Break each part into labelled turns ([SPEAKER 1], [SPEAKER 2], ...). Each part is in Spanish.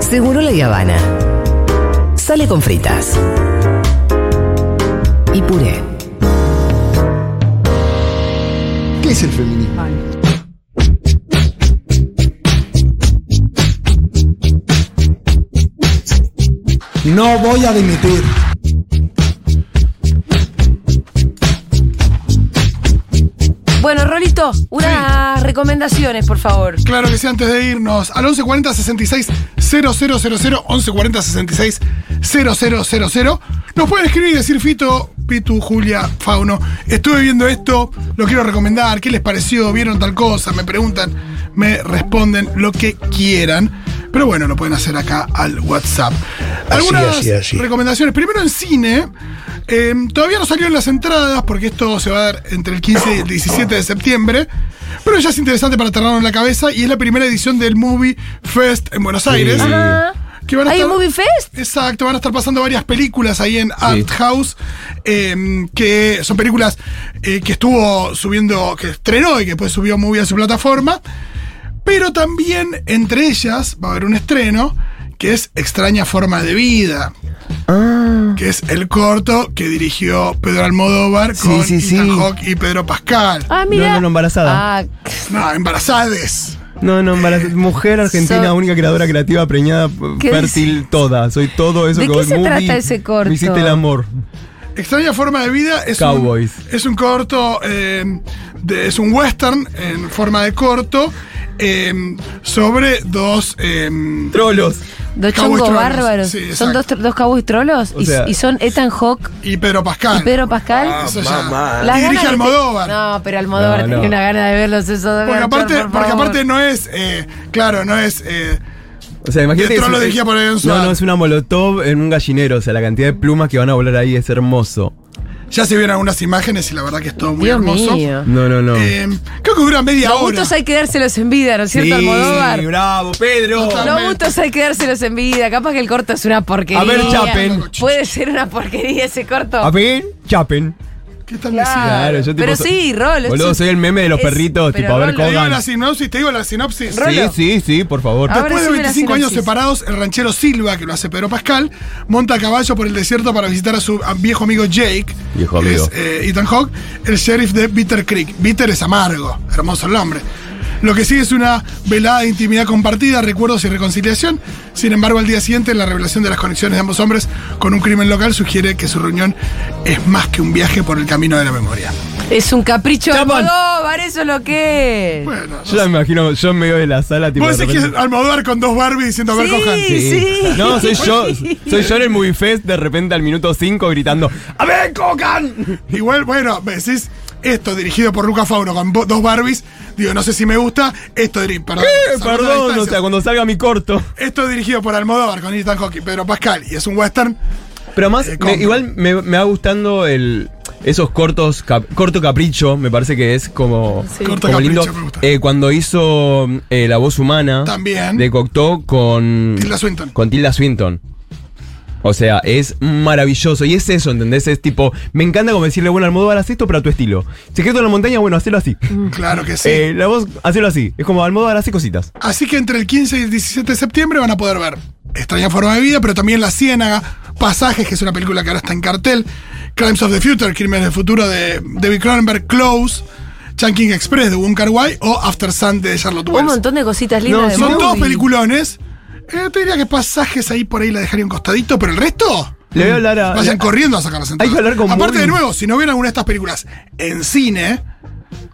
[SPEAKER 1] Seguro la Habana. Sale con fritas. Y puré.
[SPEAKER 2] ¿Qué es el feminismo? No voy a dimitir.
[SPEAKER 3] Bueno, Rolito, unas recomendaciones, por favor.
[SPEAKER 2] Claro que sí, antes de irnos, al 1140 66 0000, 1140 66 0000, nos pueden escribir y decir, Fito, Pitu, Julia, Fauno, estuve viendo esto, lo quiero recomendar, ¿qué les pareció? ¿Vieron tal cosa? Me preguntan, me responden lo que quieran. Pero bueno, lo pueden hacer acá al WhatsApp. Algunas
[SPEAKER 4] así, así.
[SPEAKER 2] recomendaciones. Primero en cine. eh, todavía no salieron las entradas porque esto se va a dar entre el 15 y el 17 de septiembre. Pero ya es interesante para tenerlo en la cabeza y es la primera edición del Movie Fest en Buenos Aires.
[SPEAKER 3] Ah,
[SPEAKER 2] Que van a
[SPEAKER 3] ¿Hay
[SPEAKER 2] estar-
[SPEAKER 3] un Movie Fest?
[SPEAKER 2] Exacto, van a estar pasando varias películas ahí en Art House, eh, que son películas eh, que estuvo subiendo, que estrenó y que después subió Movie a su plataforma. Pero también entre ellas va a haber un estreno que es Extraña Forma de Vida,
[SPEAKER 5] Ah.
[SPEAKER 2] que es el corto que dirigió Pedro Almodóvar
[SPEAKER 5] Sí,
[SPEAKER 2] con
[SPEAKER 5] sí, sí.
[SPEAKER 2] Ethan Hawke y Pedro Pascal.
[SPEAKER 3] Ah,
[SPEAKER 5] No,
[SPEAKER 3] mira.
[SPEAKER 5] no, no, embarazada.
[SPEAKER 3] Ah,
[SPEAKER 2] No, embarazades.
[SPEAKER 5] No, no, embarazada. Mujer argentina,
[SPEAKER 3] So-
[SPEAKER 5] única creadora creativa, preñada,
[SPEAKER 3] ¿Qué
[SPEAKER 5] fértil, toda. Soy todo eso
[SPEAKER 3] ¿De
[SPEAKER 5] que
[SPEAKER 3] qué
[SPEAKER 5] vos-
[SPEAKER 3] se
[SPEAKER 5] movie,
[SPEAKER 3] trata ese corto?
[SPEAKER 5] Me hiciste el amor.
[SPEAKER 2] Extraña forma de vida es
[SPEAKER 5] Cowboys.
[SPEAKER 2] un es un corto eh, de- es un western en forma de corto eh, sobre dos eh,
[SPEAKER 5] Trolos.
[SPEAKER 3] dos
[SPEAKER 2] Cowboys
[SPEAKER 3] chongos
[SPEAKER 2] trolos.
[SPEAKER 3] bárbaros.
[SPEAKER 2] Sí, exacto.
[SPEAKER 3] son dos, tro- dos cowboys trolos
[SPEAKER 5] O
[SPEAKER 3] y,
[SPEAKER 5] sea-
[SPEAKER 3] y son Ethan Hawke
[SPEAKER 2] y Pedro Pascal.
[SPEAKER 3] y Pedro Pascal.
[SPEAKER 2] Eso ya-
[SPEAKER 3] Las
[SPEAKER 2] Ah, y
[SPEAKER 3] ganas
[SPEAKER 2] dirige
[SPEAKER 3] que te-
[SPEAKER 2] Almodóvar.
[SPEAKER 3] No, pero Almodóvar
[SPEAKER 5] No, no.
[SPEAKER 3] tenía una gana de verlos esos dos.
[SPEAKER 2] porque
[SPEAKER 3] ganchos,
[SPEAKER 2] aparte,
[SPEAKER 3] por
[SPEAKER 2] porque
[SPEAKER 3] favor.
[SPEAKER 2] aparte no es eh, claro, no es eh,
[SPEAKER 5] O sea, imagínate.
[SPEAKER 2] El trolo
[SPEAKER 5] es-
[SPEAKER 2] dirigida por Adrián Suárez.
[SPEAKER 5] No, no, es una molotov en un gallinero. O sea, la cantidad de plumas que van a volar ahí es hermoso.
[SPEAKER 2] ya se vieron algunas imágenes y la verdad que es todo muy
[SPEAKER 3] Dios
[SPEAKER 2] hermoso.
[SPEAKER 3] mío.
[SPEAKER 5] No, no, no.
[SPEAKER 2] Eh, creo que dura media
[SPEAKER 3] Los
[SPEAKER 2] hora.
[SPEAKER 3] gustos hay que dárselos en vida, ¿no es cierto, Almodóvar?
[SPEAKER 5] bravo, Pedro.
[SPEAKER 3] Los gustos hay que dárselos en vida. Capaz que el corto es una porquería.
[SPEAKER 5] A ver, Chapen.
[SPEAKER 3] Puede ser una porquería ese corto.
[SPEAKER 5] A ver, chapen.
[SPEAKER 2] ¿Qué están
[SPEAKER 5] Claro, yo tipo.
[SPEAKER 3] Ah, Pero sí, Rolo.
[SPEAKER 5] Boludo,
[SPEAKER 3] es-
[SPEAKER 5] soy el meme de los
[SPEAKER 3] es-
[SPEAKER 5] perritos,
[SPEAKER 3] pero
[SPEAKER 5] tipo, a ver
[SPEAKER 3] Rolo-
[SPEAKER 2] Te digo
[SPEAKER 5] Hogan.
[SPEAKER 2] la sinopsis, te digo la sinopsis.
[SPEAKER 3] Rolo.
[SPEAKER 5] Sí, sí, sí, por favor.
[SPEAKER 3] A ver.
[SPEAKER 2] Después de
[SPEAKER 3] decime la
[SPEAKER 2] 25 años
[SPEAKER 3] sinopsis.
[SPEAKER 2] separados, el ranchero Silva, que lo hace Pedro Pascal, monta a caballo por el desierto para visitar a su a- viejo amigo Jake,
[SPEAKER 5] Viejo
[SPEAKER 2] que
[SPEAKER 5] amigo.
[SPEAKER 2] es eh, Ethan Hawke, el sheriff de Bitter Creek. Bitter es amargo, hermoso el nombre. Lo que sigue es una velada de intimidad compartida, recuerdos y reconciliación. Sin embargo, al día siguiente, la revelación de las conexiones de ambos hombres con un crimen local sugiere que su reunión es más que un viaje por el camino de la memoria.
[SPEAKER 3] Es un capricho de
[SPEAKER 5] Chapan.
[SPEAKER 3] Almodóvar, eso es lo que es.
[SPEAKER 2] Bueno,
[SPEAKER 5] Yo la me imagino, yo en medio de la sala, tipo.
[SPEAKER 2] vos
[SPEAKER 5] de
[SPEAKER 2] decís que es
[SPEAKER 5] repente-
[SPEAKER 2] Almodóvar con dos Barbie diciendo a ver,
[SPEAKER 3] Sí.
[SPEAKER 2] cojan.
[SPEAKER 3] Sí.
[SPEAKER 5] No, soy yo, soy yo en el Movie Fest de repente al minuto 5 gritando ¡A ver, Cocan!
[SPEAKER 2] Igual, bueno, me decís esto dirigido por Luca Fauno con bo- dos Barbies. Digo, no sé si me gusta. Esto, diri- perdón,
[SPEAKER 5] Eh,
[SPEAKER 2] salud a
[SPEAKER 5] perdón,
[SPEAKER 2] distancia.
[SPEAKER 5] o sea, cuando salga mi corto.
[SPEAKER 2] esto dirigido por Almodóvar con Ethan Hawke y Pedro Pascal y es un western.
[SPEAKER 5] Pero más,
[SPEAKER 2] Eh,
[SPEAKER 5] me-
[SPEAKER 2] compro.
[SPEAKER 5] igual me, me va gustando el, esos cortos, cap- corto capricho, me parece que es como,
[SPEAKER 3] Sí.
[SPEAKER 2] Corto
[SPEAKER 5] como
[SPEAKER 2] capricho,
[SPEAKER 5] lindo.
[SPEAKER 2] me gusta.
[SPEAKER 5] Eh, cuando hizo eh, La Voz Humana
[SPEAKER 2] También.
[SPEAKER 5] de Cocteau con
[SPEAKER 2] Tilda Swinton.
[SPEAKER 5] Con Tilda Swinton. O sea, es maravilloso. Y es eso, ¿entendés? Es tipo, me encanta como decirle, bueno, Almodóvar, haz esto, pero a tu estilo. Secreto en la montaña, bueno, hacelo así.
[SPEAKER 2] Claro que sí.
[SPEAKER 5] Eh, la voz, hacelo así. Es como Almodóvar, hace cositas.
[SPEAKER 2] Así que entre el 15 y el 17 de septiembre van a poder ver Extraña Forma de Vida, pero también La Ciénaga, Pasajes, que es una película que ahora está en cartel, Crimes of the Future, Crímenes del Futuro de David Cronenberg, Close, Chunking Express de Wong Kar Wai o After Sun de Charlotte
[SPEAKER 3] Un
[SPEAKER 2] Wells.
[SPEAKER 3] montón de cositas lindas
[SPEAKER 5] No,
[SPEAKER 3] de
[SPEAKER 2] Son
[SPEAKER 3] movie.
[SPEAKER 2] todos peliculones. Eh, te diría que pasajes ahí por ahí la dejaría un costadito, pero el resto.
[SPEAKER 5] Le voy a hablar a.
[SPEAKER 2] Vayan corriendo a sacar las entradas.
[SPEAKER 5] Ah, Hay que hablar con
[SPEAKER 2] Aparte,
[SPEAKER 5] Moody.
[SPEAKER 2] de nuevo, si no vieron alguna de estas películas en cine,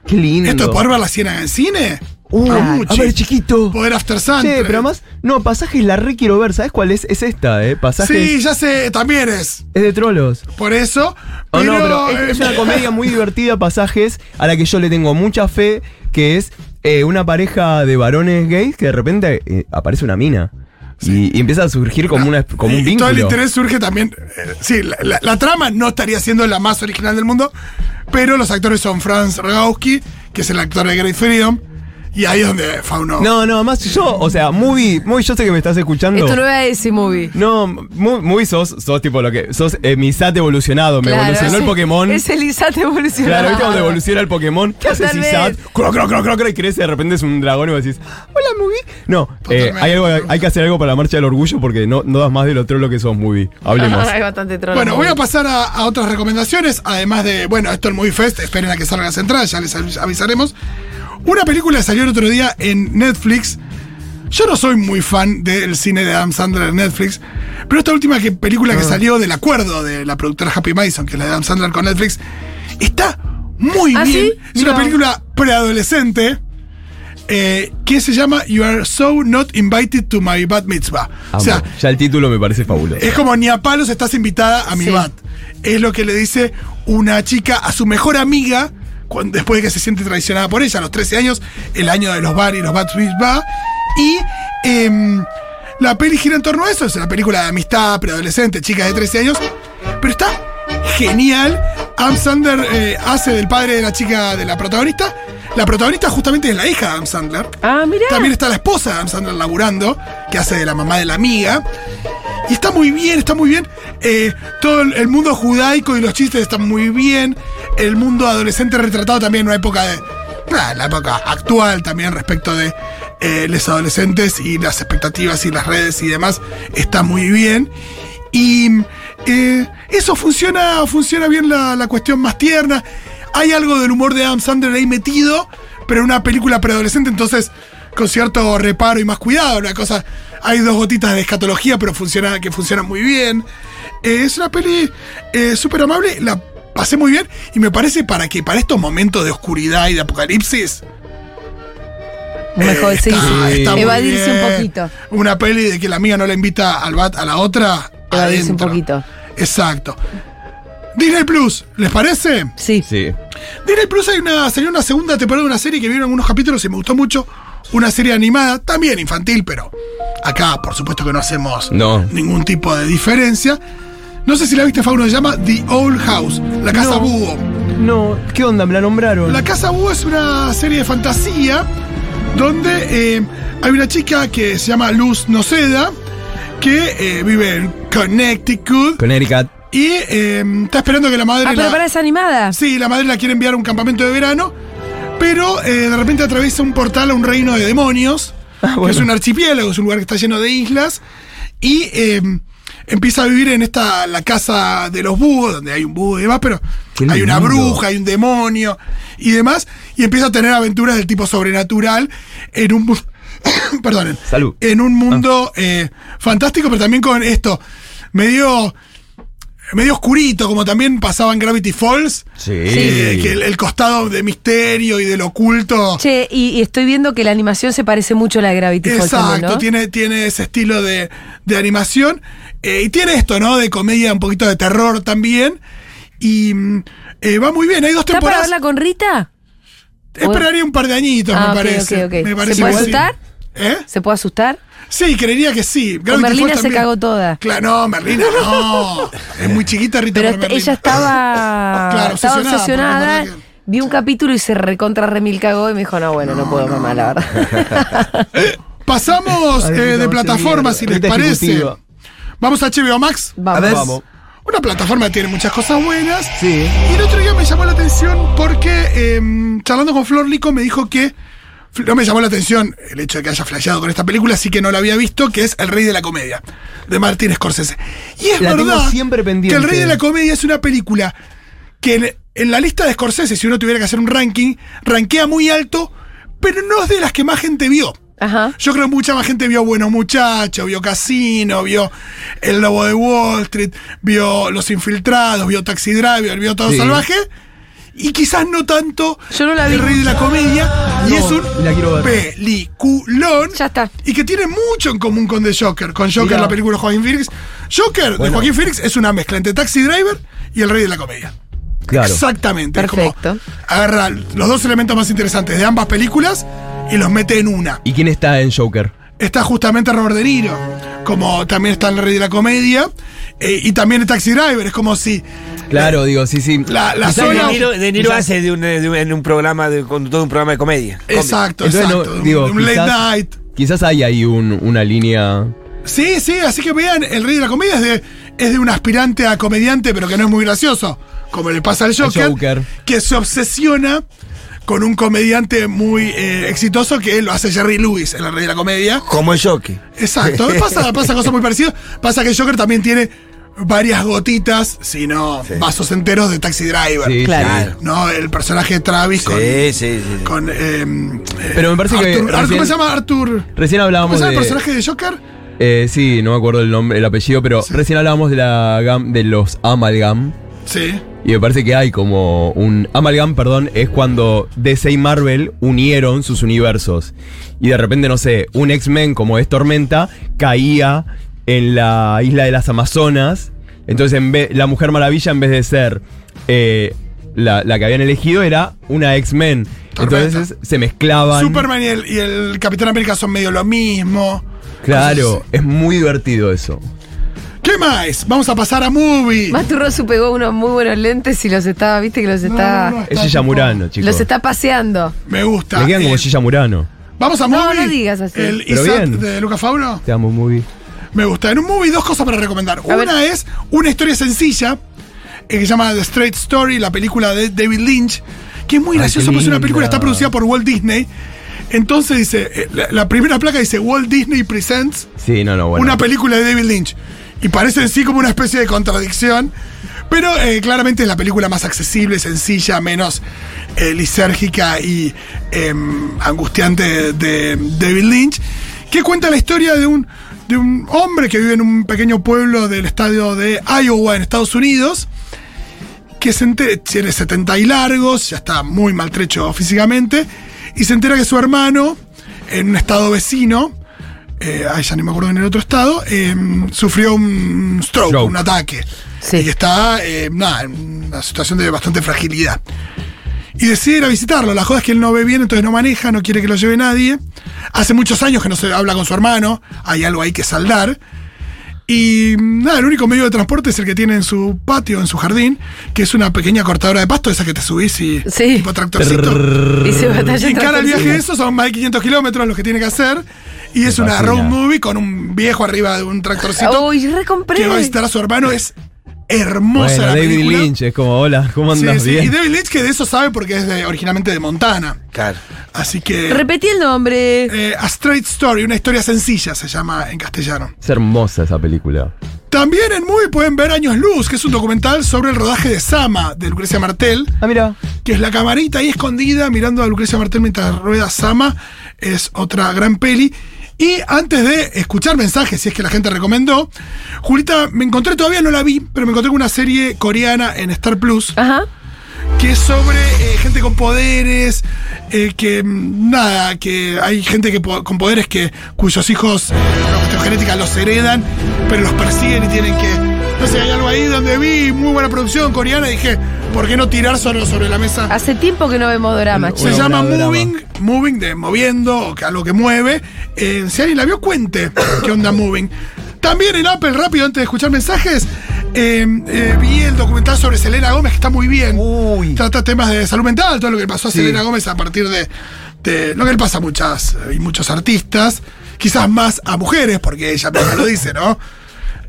[SPEAKER 5] Qué lindo.
[SPEAKER 2] esto Ah, de poder ver la ciénaga en cine.
[SPEAKER 5] Uh,
[SPEAKER 2] Pamucci,
[SPEAKER 5] a ver, chiquito.
[SPEAKER 2] Poder After Sun.
[SPEAKER 5] Che,
[SPEAKER 2] eh,
[SPEAKER 5] pero además, no, pasajes la re quiero ver. ¿Sabes cuál es? Es esta, ¿eh? Pasajes.
[SPEAKER 2] Sí, ya sé, también es.
[SPEAKER 5] Es de trolos.
[SPEAKER 2] Por eso.
[SPEAKER 5] Oh,
[SPEAKER 2] pero,
[SPEAKER 5] no, pero es,
[SPEAKER 2] eh,
[SPEAKER 5] es una comedia muy divertida, pasajes, a la que yo le tengo mucha fe, que es eh, una pareja de varones gays que de repente eh, aparece una mina. Y, y empieza a surgir como, una, como un
[SPEAKER 2] y Todo el
[SPEAKER 5] vínculo.
[SPEAKER 2] interés surge también. eh, sí, la, la- la trama no estaría siendo la más original del mundo, pero los actores son Franz Rogowski, que es el actor de Great Freedom, Y ahí es donde Fauno.
[SPEAKER 5] No, no, más yo, o sea, muy, muy, yo sé que me estás escuchando.
[SPEAKER 3] Esto no era ese movie.
[SPEAKER 5] No, muy, muy sos, sos tipo lo que. Sos eh, mi SAT evolucionado. Me
[SPEAKER 3] Claro,
[SPEAKER 5] evolucionó
[SPEAKER 3] es-
[SPEAKER 5] el Pokémon.
[SPEAKER 3] Es el ISAT evolucionado.
[SPEAKER 5] Claro, ¿viste cuando evoluciona el Pokémon? ¿Qué haces
[SPEAKER 3] Totalmente.
[SPEAKER 5] Isat? Cro, cro, cro, cro, cro, y crece, de repente es un dragón y vos decís, hola, Mubi. No, eh,
[SPEAKER 2] Totalmente.
[SPEAKER 5] hay, algo, hay que hacer algo para la marcha del orgullo porque no, no das más de lo trolo que sos, Mubi. Hablemos.
[SPEAKER 3] Hay bastante troll.
[SPEAKER 2] Bueno, voy a pasar a, a otras recomendaciones. Además de, bueno, esto es muy fest. Esperen a que salgan las entradas, ya les avis- avisaremos. Una película salió el otro día en Netflix. Yo no soy muy fan del cine de Adam Sandler en Netflix, pero esta última que- película que salió del acuerdo de la productora Happy Mason, que es la de Adam Sandler con Netflix, está muy
[SPEAKER 3] ¿Ah,
[SPEAKER 2] bien.
[SPEAKER 3] sí?
[SPEAKER 2] Es una
[SPEAKER 3] Mira.
[SPEAKER 2] película preadolescente eh, que se llama You Are So Not Invited to My Bat Mitzvah. O sea, eh,
[SPEAKER 5] Amo. ya el título me parece fabuloso.
[SPEAKER 2] es como ni a palos estás invitada a mi
[SPEAKER 3] Sí.
[SPEAKER 2] bat. Es lo que le dice una chica a su mejor amiga cuando, después de que se siente traicionada por ella a los 13 años, el año de los bar y los bat va. Y em, la peli gira en torno a eso. Es una película de amistad, preadolescente, chicas de 13 años. Pero está genial. Am Sandler eh, hace del padre de la chica de la protagonista. La protagonista justamente es la hija de Am Sandler.
[SPEAKER 3] Ah, mirá.
[SPEAKER 2] También está la esposa de Adam Sandler laburando, que hace de la mamá de la amiga. Y está muy bien, está muy bien. Eh, todo el el mundo judaico y los chistes están muy bien. El mundo adolescente retratado también en una época de. nada, la época actual también respecto de eh, los adolescentes y las expectativas y las redes y demás. Está muy bien. Y eh, eso funciona, funciona bien la, la cuestión más tierna. Hay algo del humor de Adam Sandler ahí metido, pero en una película preadolescente, entonces con cierto reparo y más cuidado. Una cosa, hay dos gotitas de escatología, pero funciona, que funcionan muy bien. Eh, es una peli eh, súper amable, la pasé muy bien y me parece para que para estos momentos de oscuridad y de apocalipsis.
[SPEAKER 3] Mejor,
[SPEAKER 2] eh,
[SPEAKER 3] sí,
[SPEAKER 2] está-
[SPEAKER 3] sí.
[SPEAKER 2] está muy
[SPEAKER 3] Evadirse un
[SPEAKER 2] bien.
[SPEAKER 3] poquito.
[SPEAKER 2] Una peli de que la amiga no la invita al bat a la otra.
[SPEAKER 3] Evadirse un
[SPEAKER 2] adentro.
[SPEAKER 3] poquito.
[SPEAKER 2] Exacto. Disney Plus, ¿les parece?
[SPEAKER 3] Sí.
[SPEAKER 5] Sí.
[SPEAKER 2] Disney Plus hay una, salió una segunda temporada de una serie que vieron algunos capítulos y me gustó mucho. Una serie animada, también infantil, pero acá por supuesto que no hacemos
[SPEAKER 5] No.
[SPEAKER 2] ningún tipo de diferencia. No sé si la viste, Fauno, se llama The Old House, La Casa
[SPEAKER 5] No.
[SPEAKER 2] Búho.
[SPEAKER 5] No, ¿qué onda? Me la nombraron.
[SPEAKER 2] La Casa Búho es una serie de fantasía donde eh, hay una chica que se llama Luz Noceda que eh, vive en Connecticut
[SPEAKER 5] Con Erika.
[SPEAKER 2] y eh, está esperando que la madre
[SPEAKER 3] Ah,
[SPEAKER 2] la-
[SPEAKER 3] pero para esa animada.
[SPEAKER 2] Sí, la madre la quiere enviar a un campamento de verano, pero eh, de repente atraviesa un portal a un reino de demonios, que
[SPEAKER 5] Ah, bueno.
[SPEAKER 2] es un archipiélago, es un lugar que está lleno de islas, y eh, empieza a vivir en esta la casa de los búhos, donde hay un búho y demás, pero
[SPEAKER 5] Qué
[SPEAKER 2] hay una
[SPEAKER 5] lindo.
[SPEAKER 2] bruja, hay un demonio y demás, y empieza a tener aventuras del tipo sobrenatural en un... mu- Perdonen.
[SPEAKER 5] Salud. Ah.
[SPEAKER 2] En un mundo eh, fantástico, pero también con esto, medio medio oscurito, como también pasaba en Gravity Falls.
[SPEAKER 5] Sí.
[SPEAKER 2] Eh, que el, el costado de misterio y del oculto.
[SPEAKER 3] Che, y, y estoy viendo que la animación se parece mucho a la de Gravity Falls.
[SPEAKER 2] Exacto,
[SPEAKER 3] también, ¿no?
[SPEAKER 2] tiene, tiene ese estilo de, de animación. Eh, y tiene esto, ¿no? De comedia, un poquito de terror también. Y mm, eh, va muy bien, hay dos
[SPEAKER 3] ¿Está para
[SPEAKER 2] temporadas.
[SPEAKER 3] verla con Rita?
[SPEAKER 2] Esperaría un par de añitos,
[SPEAKER 3] Ah,
[SPEAKER 2] me
[SPEAKER 3] ok, ok,
[SPEAKER 2] parece.
[SPEAKER 3] ok.
[SPEAKER 2] Me
[SPEAKER 3] ¿Se
[SPEAKER 2] parece
[SPEAKER 3] puede
[SPEAKER 2] que sí.
[SPEAKER 3] asustar?
[SPEAKER 2] ¿Eh?
[SPEAKER 3] ¿Se puede asustar?
[SPEAKER 2] Sí, creería que sí. Gravity
[SPEAKER 3] Merlina
[SPEAKER 2] Falls
[SPEAKER 3] se
[SPEAKER 2] también.
[SPEAKER 3] cagó toda.
[SPEAKER 2] Claro, no, Merlina no. es muy chiquita Rita
[SPEAKER 3] Pero
[SPEAKER 2] por
[SPEAKER 3] esta-
[SPEAKER 2] Merlina.
[SPEAKER 3] ella estaba,
[SPEAKER 2] Claro,
[SPEAKER 3] estaba
[SPEAKER 2] obsesionada,
[SPEAKER 3] obsesionada.
[SPEAKER 2] porque me parece
[SPEAKER 3] Vi un capítulo y se recontra remil cagó y me dijo, no, bueno, no, puedo, mamá, la verdad.
[SPEAKER 2] Pasamos
[SPEAKER 5] Ay,
[SPEAKER 2] eh, de
[SPEAKER 5] no,
[SPEAKER 2] plataformas, si
[SPEAKER 5] sí,
[SPEAKER 2] les
[SPEAKER 5] Rita
[SPEAKER 2] parece.
[SPEAKER 5] ejecutiva.
[SPEAKER 2] Vamos a HBO Max.
[SPEAKER 3] Vamos.
[SPEAKER 5] A ver.
[SPEAKER 2] Vamos. Una plataforma que tiene muchas cosas buenas.
[SPEAKER 5] Sí.
[SPEAKER 2] Y el otro día me llamó la atención porque em, charlando con Flor Lico me dijo que. No me llamó la atención el hecho de que haya flasheado con esta película, así que no la había visto, que es El Rey de la Comedia, de Martin Scorsese. Y es
[SPEAKER 5] La tengo
[SPEAKER 2] verdad
[SPEAKER 5] siempre
[SPEAKER 2] que
[SPEAKER 5] pendiente.
[SPEAKER 2] El Rey de la Comedia es una película que en, en la lista de Scorsese, si uno tuviera que hacer un ranking, rankea muy alto, pero no es de las que más gente vio.
[SPEAKER 3] Ajá.
[SPEAKER 2] Yo creo que mucha más gente vio Buenos Muchachos, vio Casino, vio El Lobo de Wall Street, vio Los Infiltrados, vio Taxi Driver, vio Todo
[SPEAKER 5] Sí.
[SPEAKER 2] Salvaje. Y quizás no tanto
[SPEAKER 3] Yo no la vi.
[SPEAKER 2] El Rey de la Comedia. y
[SPEAKER 5] No,
[SPEAKER 2] es un
[SPEAKER 5] la quiero ver.
[SPEAKER 2] peliculón.
[SPEAKER 3] Ya está.
[SPEAKER 2] Y que tiene mucho en común con The Joker. Con Joker,
[SPEAKER 5] Mirá.
[SPEAKER 2] la película de Joaquín Phoenix. Joker de
[SPEAKER 5] Bueno.
[SPEAKER 2] Joaquín Phoenix es una mezcla entre Taxi Driver y El Rey de la Comedia.
[SPEAKER 5] Claro.
[SPEAKER 2] Exactamente. es como
[SPEAKER 3] Perfecto.
[SPEAKER 2] agarra los dos elementos más interesantes de ambas películas y los mete en una
[SPEAKER 5] ¿Y quién está en Joker?
[SPEAKER 2] está justamente Robert De Niro, como también está el rey de la comedia, eh, y también el Taxi Driver, es como si
[SPEAKER 5] Claro, digo, sí, sí.
[SPEAKER 2] La, la
[SPEAKER 4] Quizás
[SPEAKER 2] zona.
[SPEAKER 4] de Niro, De Niro
[SPEAKER 5] quizás-
[SPEAKER 4] hace de un, de un- en un programa, de, conductor de un programa de comedia.
[SPEAKER 2] Exacto,
[SPEAKER 5] Entonces, no,
[SPEAKER 2] exacto.
[SPEAKER 5] digo,
[SPEAKER 2] un late
[SPEAKER 5] quizás-
[SPEAKER 2] night.
[SPEAKER 5] Quizás hay ahí un- una línea.
[SPEAKER 2] Sí, sí, así que vean, el rey de la comedia es de, es de un aspirante a comediante, pero que no es muy gracioso, como le pasa al Joker,
[SPEAKER 5] Joker.
[SPEAKER 2] que se obsesiona con un comediante muy eh, exitoso que lo hace Jerry Lewis en el rey de la comedia.
[SPEAKER 4] Como el Jockey.
[SPEAKER 2] Exacto, pasa, pasa cosas muy parecidas. Pasa que el Joker también tiene varias gotitas, si no, vasos enteros de Taxi Driver.
[SPEAKER 5] Sí,
[SPEAKER 3] Claro.
[SPEAKER 5] sí.
[SPEAKER 2] ¿No? El personaje de Travis con.
[SPEAKER 4] Sí, sí, sí.
[SPEAKER 2] con, em,
[SPEAKER 5] Pero me parece
[SPEAKER 2] Arthur,
[SPEAKER 5] que
[SPEAKER 2] Arthur- ¿Cómo
[SPEAKER 5] recién-
[SPEAKER 2] se llama Arthur?
[SPEAKER 5] Recién
[SPEAKER 2] ¿Cómo
[SPEAKER 5] hablábamos
[SPEAKER 2] se llama Pues el
[SPEAKER 5] de.
[SPEAKER 2] personaje de Joker?
[SPEAKER 5] eh, sí, no me acuerdo el nombre, el apellido, pero recién hablábamos de la gam- de los amalgam.
[SPEAKER 2] Sí.
[SPEAKER 5] Y me parece que hay como un. Amalgam, perdón, es cuando DC y Marvel unieron sus universos. Y de repente, no sé, un X-Men como es Tormenta caía en la isla de las Amazonas. Entonces, en vez- la Mujer Maravilla, en vez de ser eh, la, la que habían elegido, era una X-Men.
[SPEAKER 2] Tormenta.
[SPEAKER 5] Entonces se mezclaban.
[SPEAKER 2] Superman y el, y el Capitán América son medio lo mismo.
[SPEAKER 5] Claro, es muy divertido eso.
[SPEAKER 2] ¿Qué más? Vamos a pasar a movie.
[SPEAKER 3] Masturro se pegó unos muy buenos lentes y los estaba, viste que los
[SPEAKER 2] No,
[SPEAKER 3] está.
[SPEAKER 2] no, no, está
[SPEAKER 5] Es
[SPEAKER 2] tipo-
[SPEAKER 5] Gilla Murano, chicos.
[SPEAKER 3] Los está paseando.
[SPEAKER 2] Me gusta.
[SPEAKER 5] Le quedan como
[SPEAKER 2] Eh,
[SPEAKER 5] Gilla Murano.
[SPEAKER 2] Vamos a
[SPEAKER 3] No,
[SPEAKER 2] movie.
[SPEAKER 3] no digas así.
[SPEAKER 2] El
[SPEAKER 5] Pero
[SPEAKER 2] Isaac
[SPEAKER 5] bien.
[SPEAKER 2] de Luca Fauno.
[SPEAKER 5] Te amo muy.
[SPEAKER 2] Me gusta. En un movie, dos cosas para recomendar.
[SPEAKER 3] A
[SPEAKER 2] Una
[SPEAKER 3] ver.
[SPEAKER 2] es una historia sencilla eh, que se llama The Straight Story, la película de David Lynch, que es muy
[SPEAKER 5] Ay,
[SPEAKER 2] gracioso
[SPEAKER 5] qué
[SPEAKER 2] porque es una
[SPEAKER 5] linda.
[SPEAKER 2] película que está producida por Walt Disney. Entonces dice, eh, la, la primera placa dice Walt Disney Presents
[SPEAKER 5] Sí, no, no, bueno.
[SPEAKER 2] una película de David Lynch. Y parece en sí como una especie de contradicción, pero eh, claramente es la película más accesible, sencilla, menos eh, lisérgica y em, angustiante de David Lynch, que cuenta la historia de un, de un hombre que vive en un pequeño pueblo del estadio de Iowa en Estados Unidos, que se ente- tiene 70 y largos, ya está muy maltrecho físicamente, y se entera que su hermano, en un estado vecino, eh, ay, ya ni me acuerdo en el otro estado, eh, sufrió un stroke,
[SPEAKER 5] Stroke.
[SPEAKER 2] un ataque.
[SPEAKER 3] Sí.
[SPEAKER 2] Y que está eh, nada, en una situación de bastante fragilidad. Y decide ir a visitarlo. La joda es que él no ve bien, entonces no maneja, no quiere que lo lleve nadie. Hace muchos años que no se habla con su hermano, hay algo ahí que saldar. Y nada, el único medio de transporte es el que tiene en su patio, en su jardín, que es una pequeña cortadora de pasto, esa que te subís y
[SPEAKER 3] Sí.
[SPEAKER 2] tipo tractorcito.
[SPEAKER 3] Y se batalla
[SPEAKER 2] Y en cara al
[SPEAKER 3] entre-
[SPEAKER 2] viaje de eso son más de 500 kilómetros los que tiene que hacer. Y es una
[SPEAKER 5] fascina.
[SPEAKER 2] road movie con un viejo arriba de un tractorcito
[SPEAKER 3] Uy,
[SPEAKER 2] que va a
[SPEAKER 3] recompré.
[SPEAKER 2] visitar a su hermano. Es hermosa
[SPEAKER 5] Bueno,
[SPEAKER 2] la
[SPEAKER 5] David
[SPEAKER 2] película.
[SPEAKER 5] Lynch es como, hola, ¿cómo
[SPEAKER 2] Sí,
[SPEAKER 5] andas
[SPEAKER 2] sí,
[SPEAKER 5] bien?
[SPEAKER 2] Y David Lynch que de eso sabe porque es de- originalmente de Montana.
[SPEAKER 4] Claro.
[SPEAKER 2] Así que...
[SPEAKER 3] Repetí el nombre.
[SPEAKER 2] eh, a Straight Story, una historia sencilla se llama en castellano.
[SPEAKER 5] Es hermosa esa película.
[SPEAKER 2] También en Movie pueden ver Años Luz, que es un documental sobre el rodaje de Sama, de Lucrecia Martel,
[SPEAKER 5] Ah, mira.
[SPEAKER 2] que es la camarita ahí escondida mirando a Lucrecia Martel mientras rueda Sama. Es otra gran peli. Y antes de escuchar mensajes, si es que la gente recomendó, Julita, me encontré, todavía no la vi, pero me encontré con una serie coreana en Star Plus
[SPEAKER 3] Ajá.
[SPEAKER 2] que es sobre eh, gente con poderes, eh, que mm, nada, que hay gente que po- con poderes que cuyos hijos, eh, por una cuestión genética, los heredan, pero los persiguen y tienen que... No sé, hay algo ahí donde vi muy buena producción coreana y dije, ¿por qué no tirar solo sobre la mesa?
[SPEAKER 3] Hace tiempo que no vemos dramas,
[SPEAKER 2] Se
[SPEAKER 5] Bueno,
[SPEAKER 3] chicos.
[SPEAKER 2] llama
[SPEAKER 5] bravo, bravo.
[SPEAKER 2] Moving, Moving de moviendo, o que algo que mueve. Eh, si alguien la vio, cuente qué onda Moving. También en Apple, rápido, antes de escuchar mensajes, eh, eh, vi el documental sobre Selena Gómez, que está muy bien.
[SPEAKER 4] Uy.
[SPEAKER 2] Trata temas de salud mental, todo lo que le pasó a Selena Gómez a partir de, de lo que le pasa a muchas eh, y muchos artistas, quizás más a mujeres, porque ella misma lo dice, ¿no?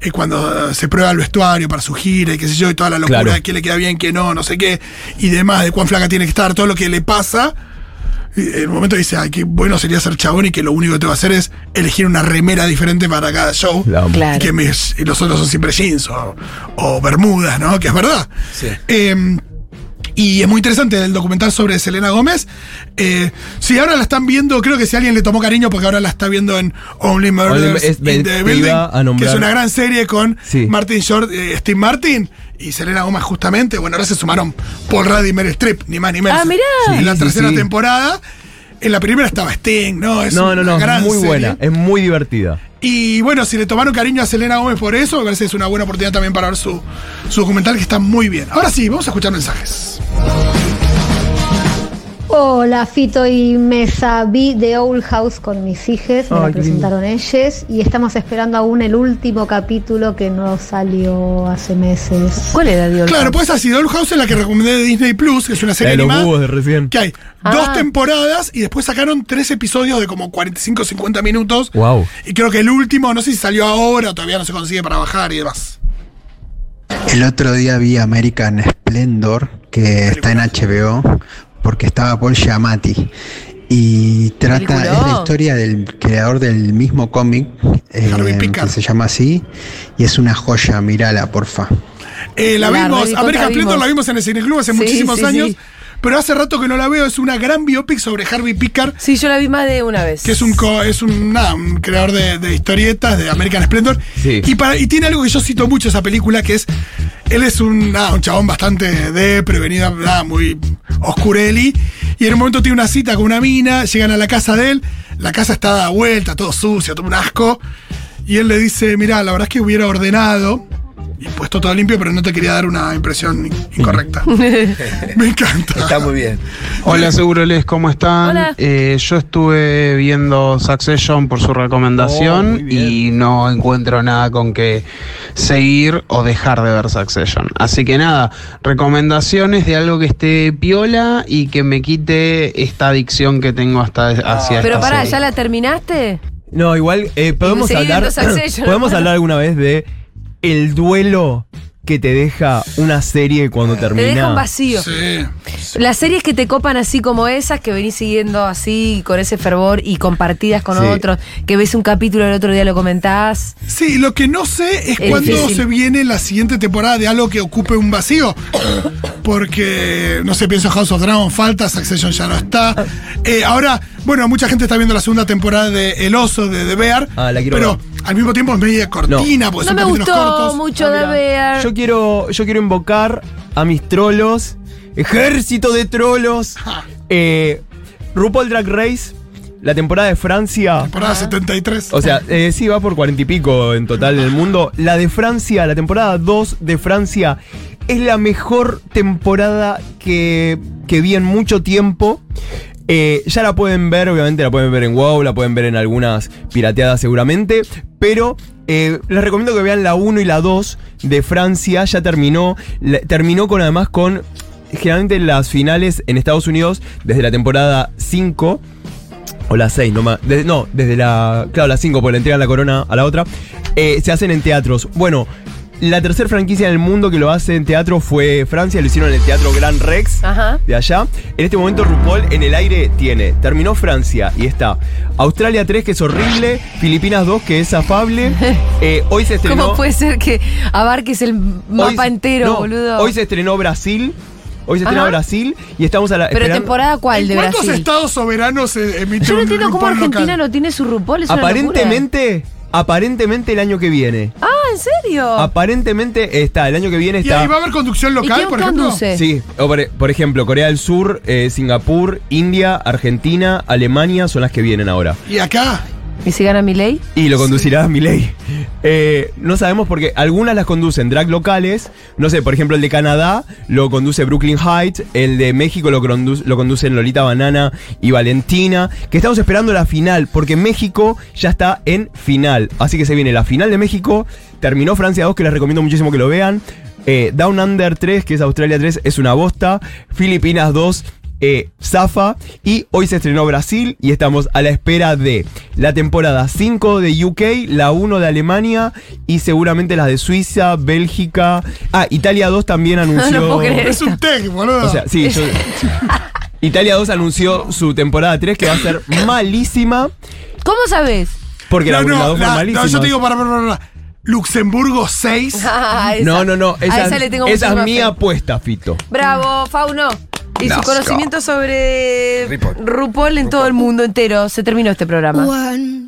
[SPEAKER 2] Eh, cuando eh, se prueba el vestuario para su gira y qué sé yo, y toda la locura
[SPEAKER 5] Claro.
[SPEAKER 2] de qué le queda bien, qué no, no sé qué, y demás, de cuán flaca tiene que estar, todo lo que le pasa. Y En un momento dice, ay, qué bueno sería ser chabón y que lo único que te va a hacer es elegir una remera diferente para cada show.
[SPEAKER 5] La amo.
[SPEAKER 3] Claro.
[SPEAKER 2] Y que mis- y los otros son siempre jeans o, o bermudas, ¿no? Que es verdad.
[SPEAKER 4] Sí.
[SPEAKER 2] Eh, y es muy interesante el documental sobre Selena Gómez. Eh, sí, ahora la están viendo, creo que si alguien le tomó cariño, porque ahora la está viendo en Only Murders
[SPEAKER 5] es-
[SPEAKER 2] in the
[SPEAKER 5] te
[SPEAKER 2] Building,
[SPEAKER 5] iba a
[SPEAKER 2] que
[SPEAKER 5] nombrar.
[SPEAKER 2] es una gran serie con
[SPEAKER 5] Sí.
[SPEAKER 2] Martin Short, eh, Steve Martin y Selena Gómez justamente. Bueno, ahora se sumaron Paul Rudd y Meryl Streep, ni más ni menos.
[SPEAKER 3] Ah, mirá.
[SPEAKER 2] En la
[SPEAKER 5] Sí, sí,
[SPEAKER 2] tercera
[SPEAKER 5] sí.
[SPEAKER 2] temporada. En la primera estaba Sting, ¿no? Es
[SPEAKER 5] No,
[SPEAKER 2] una
[SPEAKER 5] no, no,
[SPEAKER 2] gran
[SPEAKER 5] es muy
[SPEAKER 2] serie.
[SPEAKER 5] buena, es muy divertida.
[SPEAKER 2] Y bueno, si le tomaron cariño a Selena Gómez por eso, me parece que es una buena oportunidad también para ver su, su documental que está muy bien. Ahora sí, vamos a escuchar mensajes.
[SPEAKER 6] Hola, Fito y Mesa. Vi The Owl House con mis hijas, me la presentaron ellas y estamos esperando aún el último capítulo que no salió hace meses.
[SPEAKER 3] ¿Cuál era Dios?
[SPEAKER 2] Claro, pues así, Dollhouse House es la que recomendé de Disney Plus, que es una
[SPEAKER 5] La
[SPEAKER 2] serie
[SPEAKER 5] de los
[SPEAKER 2] animada.
[SPEAKER 5] búhos de recién.
[SPEAKER 2] Que hay
[SPEAKER 3] Ah.
[SPEAKER 2] dos temporadas y después sacaron tres episodios de como 45, 50 minutos.
[SPEAKER 5] Wow.
[SPEAKER 2] Y creo que el último, no sé si salió ahora, todavía no se consigue para bajar y demás.
[SPEAKER 7] El otro día vi American Splendor, que está en HBO, porque estaba Paul Giamatti. Y trata,
[SPEAKER 3] Peliculón.
[SPEAKER 7] es la historia del creador del mismo cómic, eh,
[SPEAKER 2] Harvey Pickard.
[SPEAKER 7] que se llama así, y es una joya, mírala, porfa.
[SPEAKER 2] Eh, la,
[SPEAKER 3] La
[SPEAKER 2] vimos,
[SPEAKER 3] recontra
[SPEAKER 2] American
[SPEAKER 3] vimos.
[SPEAKER 2] Splendor la vimos en el Cineclub hace
[SPEAKER 3] Sí,
[SPEAKER 2] muchísimos
[SPEAKER 3] sí,
[SPEAKER 2] años.
[SPEAKER 3] sí.
[SPEAKER 2] Pero hace rato que no la veo, es una gran biopic sobre Harvey Pickard,
[SPEAKER 3] Sí, yo la vi más de una vez.
[SPEAKER 2] que es un co- es un, nada, un creador de, de historietas de American Splendor.
[SPEAKER 5] Sí.
[SPEAKER 2] Y, para, y tiene algo que yo cito mucho esa película, que es, él es un, nada, un chabón bastante de prevenido, nada, muy oscureli. Y en un momento tiene una cita con una mina, llegan a la casa de él, la casa está dada vuelta, todo sucio, todo un asco. Y él le dice, mirá, la verdad es que hubiera ordenado y puesto todo limpio, pero no te quería dar una impresión incorrecta. Me encanta.
[SPEAKER 4] Está muy bien.
[SPEAKER 8] Hola Seguroles, ¿cómo están?
[SPEAKER 3] Hola.
[SPEAKER 8] Eh, yo estuve viendo Succession por su
[SPEAKER 5] Oh,
[SPEAKER 8] recomendación
[SPEAKER 5] muy bien.
[SPEAKER 8] y no encuentro nada con que seguir o dejar de ver Succession. Así que nada, recomendaciones de algo que esté piola y que me quite esta adicción que tengo hasta hacia
[SPEAKER 3] Pero
[SPEAKER 8] esta
[SPEAKER 3] pará,
[SPEAKER 8] serie.
[SPEAKER 3] ¿ya la terminaste?
[SPEAKER 5] No, igual eh, podemos
[SPEAKER 3] seguí
[SPEAKER 5] hablar.
[SPEAKER 3] viendo Succession.
[SPEAKER 5] podemos hablar alguna vez de el duelo que te deja una serie cuando termina.
[SPEAKER 3] Te deja un vacío.
[SPEAKER 2] Sí.
[SPEAKER 3] Las series que te copan así como esas, que venís siguiendo así, con ese fervor y compartidas con
[SPEAKER 5] Sí.
[SPEAKER 3] otros, que ves un capítulo el otro día lo comentás.
[SPEAKER 2] Sí, lo que no sé es
[SPEAKER 3] Es
[SPEAKER 2] cuándo
[SPEAKER 3] difícil.
[SPEAKER 2] se viene la siguiente temporada de algo que ocupe un vacío. Porque, no sé, pienso House of Dragon falta, Succession ya no está. Eh, ahora, bueno, mucha gente está viendo la segunda temporada de El Oso de The Bear.
[SPEAKER 5] Ah, la quiero
[SPEAKER 2] pero
[SPEAKER 5] ver.
[SPEAKER 2] al mismo tiempo es media cortina, porque
[SPEAKER 3] No
[SPEAKER 2] Pues son
[SPEAKER 3] me
[SPEAKER 2] capítulos
[SPEAKER 3] gustó
[SPEAKER 2] cortos. Ah,
[SPEAKER 3] mucho de ver.
[SPEAKER 5] Yo quiero, yo quiero invocar a mis trolos, ejército de trolos.
[SPEAKER 2] Ah,
[SPEAKER 5] Eh, RuPaul Drag Race, la temporada de Francia.
[SPEAKER 3] Ah.
[SPEAKER 2] Temporada 73.
[SPEAKER 5] O sea, eh, sí, va por cuarenta y pico en total en el mundo. La de Francia, la temporada 2 de Francia, es la mejor temporada que, que vi en mucho tiempo. Eh, ya la pueden ver, obviamente la pueden ver en WoW, la pueden ver en algunas pirateadas seguramente, pero eh, les recomiendo que vean la 1 y la 2 de Francia, ya terminó, la- terminó con además con, generalmente las finales en Estados Unidos, desde la temporada 5, o las 6 nomás. Desde- no, desde la. Claro, las 5, porque le entregan la corona a la otra. Eh, se hacen en teatros. Bueno, la tercera franquicia en el mundo que lo hace en teatro fue Francia, lo hicieron en el Teatro Gran Rex
[SPEAKER 3] Ajá.
[SPEAKER 5] de allá. En este momento RuPaul en el aire tiene. Terminó Francia y está. Australia 3, que es horrible. Filipinas 2, que es afable. eh, hoy se estrenó.
[SPEAKER 3] ¿Cómo puede ser que abarques el mapa
[SPEAKER 5] hoy-
[SPEAKER 3] entero,
[SPEAKER 5] no,
[SPEAKER 3] boludo?
[SPEAKER 5] Hoy se estrenó Brasil. Hoy se estrenó
[SPEAKER 3] Ajá.
[SPEAKER 5] Brasil y estamos a la.
[SPEAKER 3] Pero
[SPEAKER 5] esperando-
[SPEAKER 3] temporada cuál de
[SPEAKER 2] ¿Cuántos
[SPEAKER 3] Brasil?
[SPEAKER 2] estados soberanos eh, emiten
[SPEAKER 3] Yo no
[SPEAKER 2] un
[SPEAKER 3] entiendo cómo
[SPEAKER 2] RuPaul
[SPEAKER 3] Argentina
[SPEAKER 2] local?
[SPEAKER 3] no tiene su RuPaul, es una
[SPEAKER 5] Aparentemente. Aparentemente el año que viene.
[SPEAKER 3] locura. Ah, ¿en serio?
[SPEAKER 5] Aparentemente está, el año que viene
[SPEAKER 2] ¿Y ahí va a
[SPEAKER 5] está.
[SPEAKER 2] haber conducción local,
[SPEAKER 3] quién
[SPEAKER 2] por ejemplo?
[SPEAKER 3] conduce?
[SPEAKER 5] Sí, o por, e, por ejemplo, Corea del Sur, eh, Singapur, India, Argentina, Alemania son las que vienen ahora.
[SPEAKER 2] Y acá.
[SPEAKER 3] ¿Y si gana mi ley?
[SPEAKER 5] Y lo conducirá Milei. Eh, no sabemos porque algunas las conducen drag locales. No sé, por ejemplo, el de Canadá lo conduce Brooklyn Heights. El de México lo, condu- lo conducen Lolita Banana y Valentina. Que estamos esperando la final porque México ya está en final. Así que se viene la final de México. Terminó Francia 2, que les recomiendo muchísimo que lo vean. Eh, Down Under 3, que es Australia 3, es una bosta. Filipinas 2, eh, Zafa. Y hoy se estrenó Brasil y estamos a la espera de la temporada 5 de UK, la 1 de Alemania y seguramente las de Suiza, Bélgica. Ah, Italia 2 también anunció.
[SPEAKER 3] puedo creer.
[SPEAKER 2] Es un tech, boludo.
[SPEAKER 5] O sea, sí, yo- Italia 2 anunció su temporada 3 que va a ser malísima.
[SPEAKER 3] ¿Cómo sabes?
[SPEAKER 5] Porque la
[SPEAKER 2] no,
[SPEAKER 5] 1 y la 2
[SPEAKER 2] la-
[SPEAKER 5] fueron
[SPEAKER 2] no,
[SPEAKER 5] malísimas.
[SPEAKER 2] yo te digo para, para, para, para. Luxemburgo 6.
[SPEAKER 3] Ah, esa-
[SPEAKER 5] no, no, no,
[SPEAKER 3] a
[SPEAKER 5] Esa,
[SPEAKER 3] esa le tengo
[SPEAKER 5] esa
[SPEAKER 3] muchísima
[SPEAKER 5] es mi
[SPEAKER 3] fe.
[SPEAKER 5] apuesta, Fito.
[SPEAKER 3] Bravo, Fauno. Y su conocimiento sobre
[SPEAKER 4] RuPaul.
[SPEAKER 3] RuPaul en todo el mundo entero. Se terminó este programa.
[SPEAKER 9] One